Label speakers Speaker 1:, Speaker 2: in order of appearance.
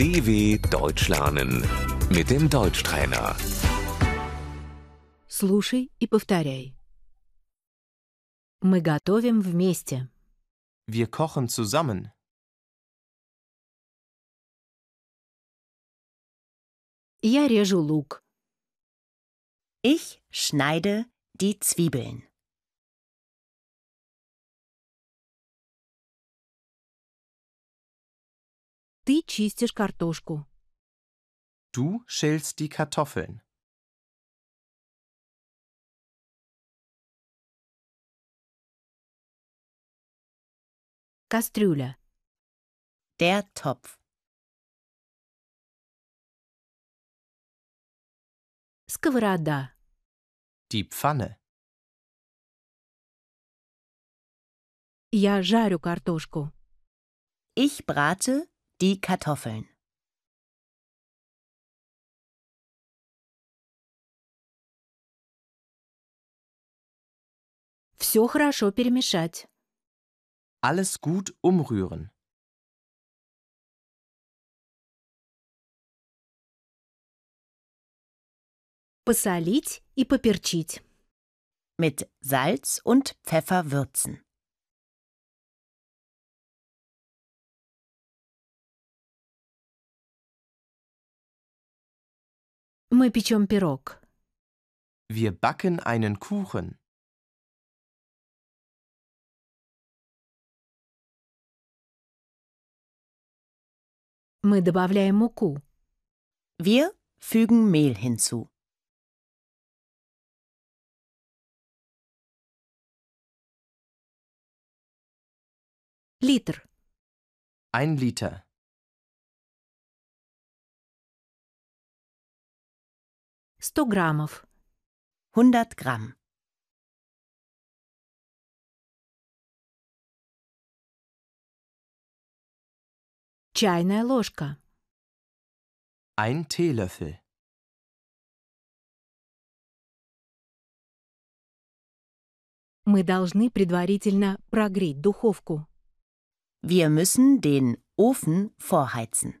Speaker 1: DW Deutsch lernen mit dem Deutschtrainer.
Speaker 2: Слушай и повторяй. Мы готовим вместе.
Speaker 3: Wir kochen zusammen.
Speaker 2: Я режу лук.
Speaker 4: Ich schneide die Zwiebeln.
Speaker 2: Ты чистишь картошку.
Speaker 3: Du schälst die Kartoffeln.
Speaker 2: Кастрюля.
Speaker 4: Der Topf.
Speaker 2: Сковорода.
Speaker 3: Die Pfanne.
Speaker 2: Я жарю картошку.
Speaker 4: Ich brate die Kartoffeln.
Speaker 2: Все хорошо перемешать.
Speaker 3: Alles gut umrühren.
Speaker 2: Посолить и поперчить.
Speaker 4: Mit Salz und Pfeffer würzen.
Speaker 2: Мы печем пирог.
Speaker 3: Wir backen einen Kuchen.
Speaker 2: Мы добавляем муку.
Speaker 4: Wir fügen Mehl hinzu.
Speaker 2: Литр.
Speaker 3: Ein Liter.
Speaker 2: Сто граммов.
Speaker 4: 100 Gramm.
Speaker 2: Чайная ложка.
Speaker 3: Ein Teelöffel.
Speaker 2: Мы должны предварительно прогреть духовку.
Speaker 4: Wir müssen den Ofen vorheizen.